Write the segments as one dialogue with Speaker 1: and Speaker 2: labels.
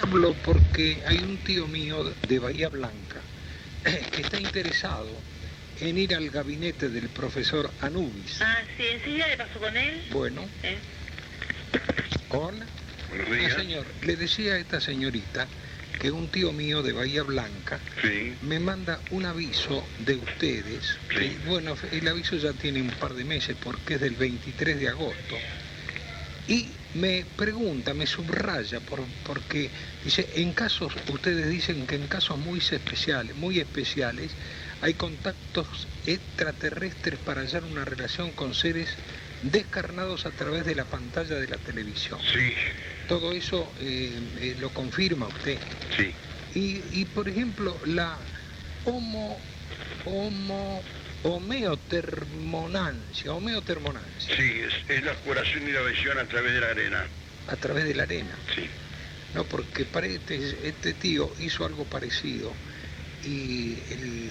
Speaker 1: hablo porque hay un tío mío de Bahía Blanca eh, que está interesado en ir al gabinete del profesor Anubis.
Speaker 2: Ah, sí, enseguida le pasó con él.
Speaker 1: Bueno.
Speaker 2: Eh.
Speaker 1: Hola.
Speaker 3: Buenos
Speaker 1: Ah,
Speaker 3: días.
Speaker 1: señor, le decía a esta señorita que un tío mío de Bahía Blanca
Speaker 3: Sí,
Speaker 1: me manda un aviso de ustedes.
Speaker 3: Sí.
Speaker 1: que, bueno, el aviso ya tiene un par de meses porque es del 23 de agosto. Y me pregunta, me subraya, por- porque dice, en casos, ustedes dicen que en casos muy especiales, muy especiales, hay contactos extraterrestres para hallar una relación con seres descarnados a través de la pantalla de la televisión.
Speaker 3: sí,
Speaker 1: Todo eso eh, eh, lo confirma usted.
Speaker 3: sí.
Speaker 1: Y, y, por ejemplo, la homo, homo, homeotermonancia, homeotermonancia,
Speaker 3: Sí, es, es la curación y la visión a través de la arena.
Speaker 1: a través de la arena,
Speaker 3: Sí.
Speaker 1: ¿no? Porque para este, este tío hizo algo parecido y el- el-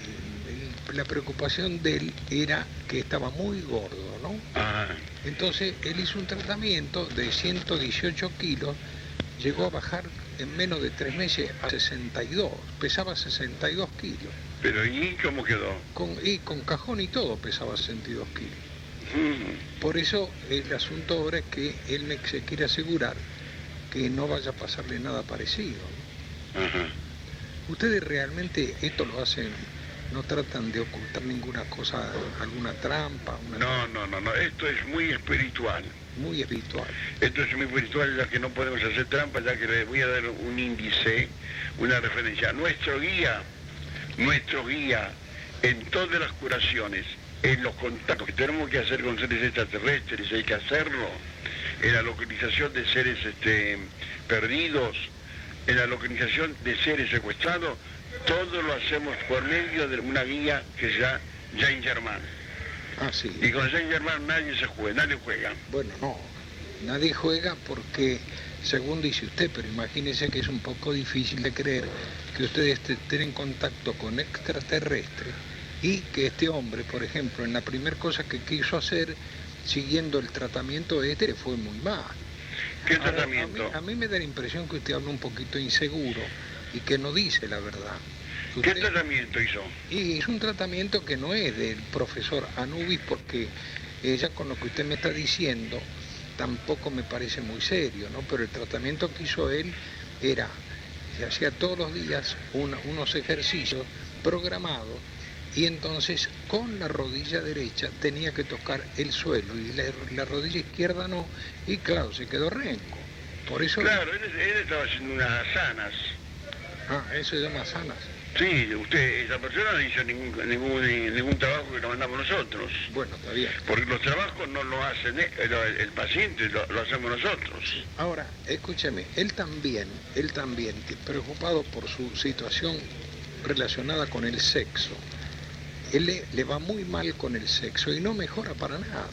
Speaker 1: la preocupación de él era que estaba muy gordo, ¿no?
Speaker 3: Ah,
Speaker 1: Entonces él hizo un tratamiento de 118 kilos, llegó a bajar en menos de tres meses a 62, pesaba 62 kilos.
Speaker 3: pero ¿y cómo quedó?
Speaker 1: Con, y con cajón y todo pesaba 62 kilos.
Speaker 3: Mm,
Speaker 1: Por eso el asunto ahora es que él me, se quiere asegurar que no vaya a pasarle nada parecido.
Speaker 3: Ajá.
Speaker 1: Ustedes realmente esto lo hacen, no tratan de ocultar ninguna cosa, alguna trampa, una
Speaker 3: No, no, no, no. Esto es muy espiritual.
Speaker 1: muy espiritual.
Speaker 3: Esto es muy espiritual, ya que no podemos hacer trampa, ya que les voy a dar un índice, una referencia. Nuestro guía, nuestro guía en todas las curaciones, en los contactos que tenemos que hacer con seres extraterrestres, hay que hacerlo, en la localización de seres este, perdidos, en la localización de seres secuestrados, todo lo hacemos por medio de una guía que se llama Jane Germain.
Speaker 1: Así.
Speaker 3: Y con Jane Germain nadie se juega, nadie juega.
Speaker 1: Bueno, no, nadie juega porque, según dice usted, pero imagínese que es un poco difícil de creer que ustedes te- estén en contacto con extraterrestres y que este hombre, por ejemplo, en la primera cosa que quiso hacer, siguiendo el tratamiento de este, le fue muy mal.
Speaker 3: ¿Qué
Speaker 1: Ahora,
Speaker 3: tratamiento?
Speaker 1: A mí, a mí me da la impresión que usted habla un poquito inseguro y que no dice la verdad.
Speaker 3: ¿Qué
Speaker 1: Usted-
Speaker 3: tratamiento hizo?
Speaker 1: y es un tratamiento que no es del profesor Anubis porque ella con lo que usted me está diciendo tampoco me parece muy serio, ¿no? Pero el tratamiento que hizo él era, se hacía todos los días un- unos ejercicios programados y entonces con la rodilla derecha tenía que tocar el suelo y la, la rodilla izquierda no y claro, se quedó renco. Por eso,
Speaker 3: Claro, él, él estaba haciendo unas asanas.
Speaker 1: ah, eso se llama sanas.
Speaker 3: Sí, usted, esa persona no hizo ningún, ningún, ningún trabajo que lo mandamos nosotros.
Speaker 1: Bueno, está bien.
Speaker 3: Porque los trabajos no lo hacen e- el, el paciente, lo, lo hacemos nosotros.
Speaker 1: Ahora, escúcheme, él también, él también, que preocupado por su situación relacionada con el sexo. Él le, le va muy mal con el sexo y no mejora para nada.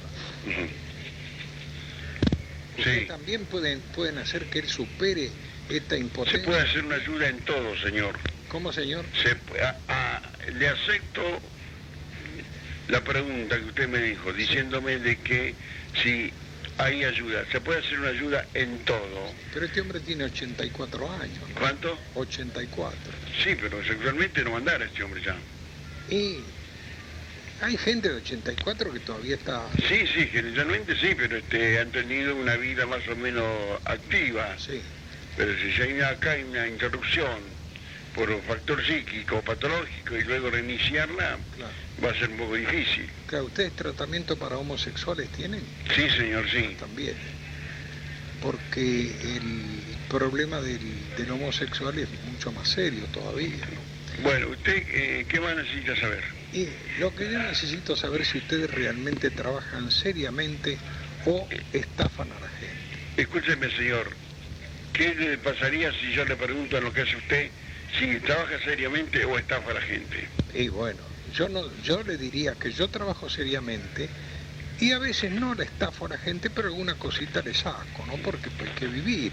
Speaker 1: Usted
Speaker 3: Sí.
Speaker 1: También pueden, pueden hacer que él supere esta
Speaker 3: Se puede
Speaker 1: impotencia.
Speaker 3: hacer una ayuda en todo, señor.
Speaker 1: ¿Cómo, señor?
Speaker 3: Se pu- a- a- le acepto la pregunta que usted me dijo, diciéndome de que si hay ayuda, se puede hacer una ayuda en todo.
Speaker 1: Pero este hombre tiene 84 años, ¿no?
Speaker 3: ¿Cuánto?
Speaker 1: 84.
Speaker 3: Sí, pero sexualmente no mandara este hombre ya.
Speaker 1: Y hay gente de 84 que todavía está...
Speaker 3: Sí, sí, generalmente sí, pero este, han tenido una vida más o menos activa.
Speaker 1: Sí,
Speaker 3: Pero si ya hay una- acá hay una interrupción por un factor psíquico, patológico, y luego reiniciarla,
Speaker 1: claro.
Speaker 3: va a ser un poco difícil.
Speaker 1: Claro, ¿Ustedes tratamiento para homosexuales tienen?
Speaker 3: Sí, señor, sí.
Speaker 1: también, porque el problema del, del homosexual es mucho más serio todavía. ¿no?
Speaker 3: Bueno, ¿usted eh, qué más necesita saber?
Speaker 1: Y lo que yo necesito saber es si ustedes realmente trabajan seriamente o estafan a la gente.
Speaker 3: Escúcheme, señor, ¿qué le pasaría si yo le pregunto a lo que hace usted si trabaja seriamente o estafa a la gente?
Speaker 1: Y bueno, yo, no, yo le diría que yo trabajo seriamente y a veces no la estafo a la gente, pero alguna cosita le saco, ¿no? Porque pues, hay que vivir.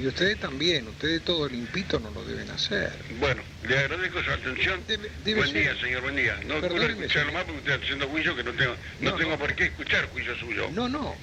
Speaker 1: Y ustedes también, ustedes todo limpito no lo deben hacer.
Speaker 3: Bueno, le agradezco su atención.
Speaker 1: Debe- debe
Speaker 3: buen
Speaker 1: ser-
Speaker 3: día, señor, buen día. No
Speaker 1: Perdóneme,
Speaker 3: quiero escucharlo
Speaker 1: señor.
Speaker 3: más porque usted está haciendo juicio que no tengo, no
Speaker 1: No,
Speaker 3: tengo
Speaker 1: no.
Speaker 3: por qué escuchar juicio suyo.
Speaker 1: No, no,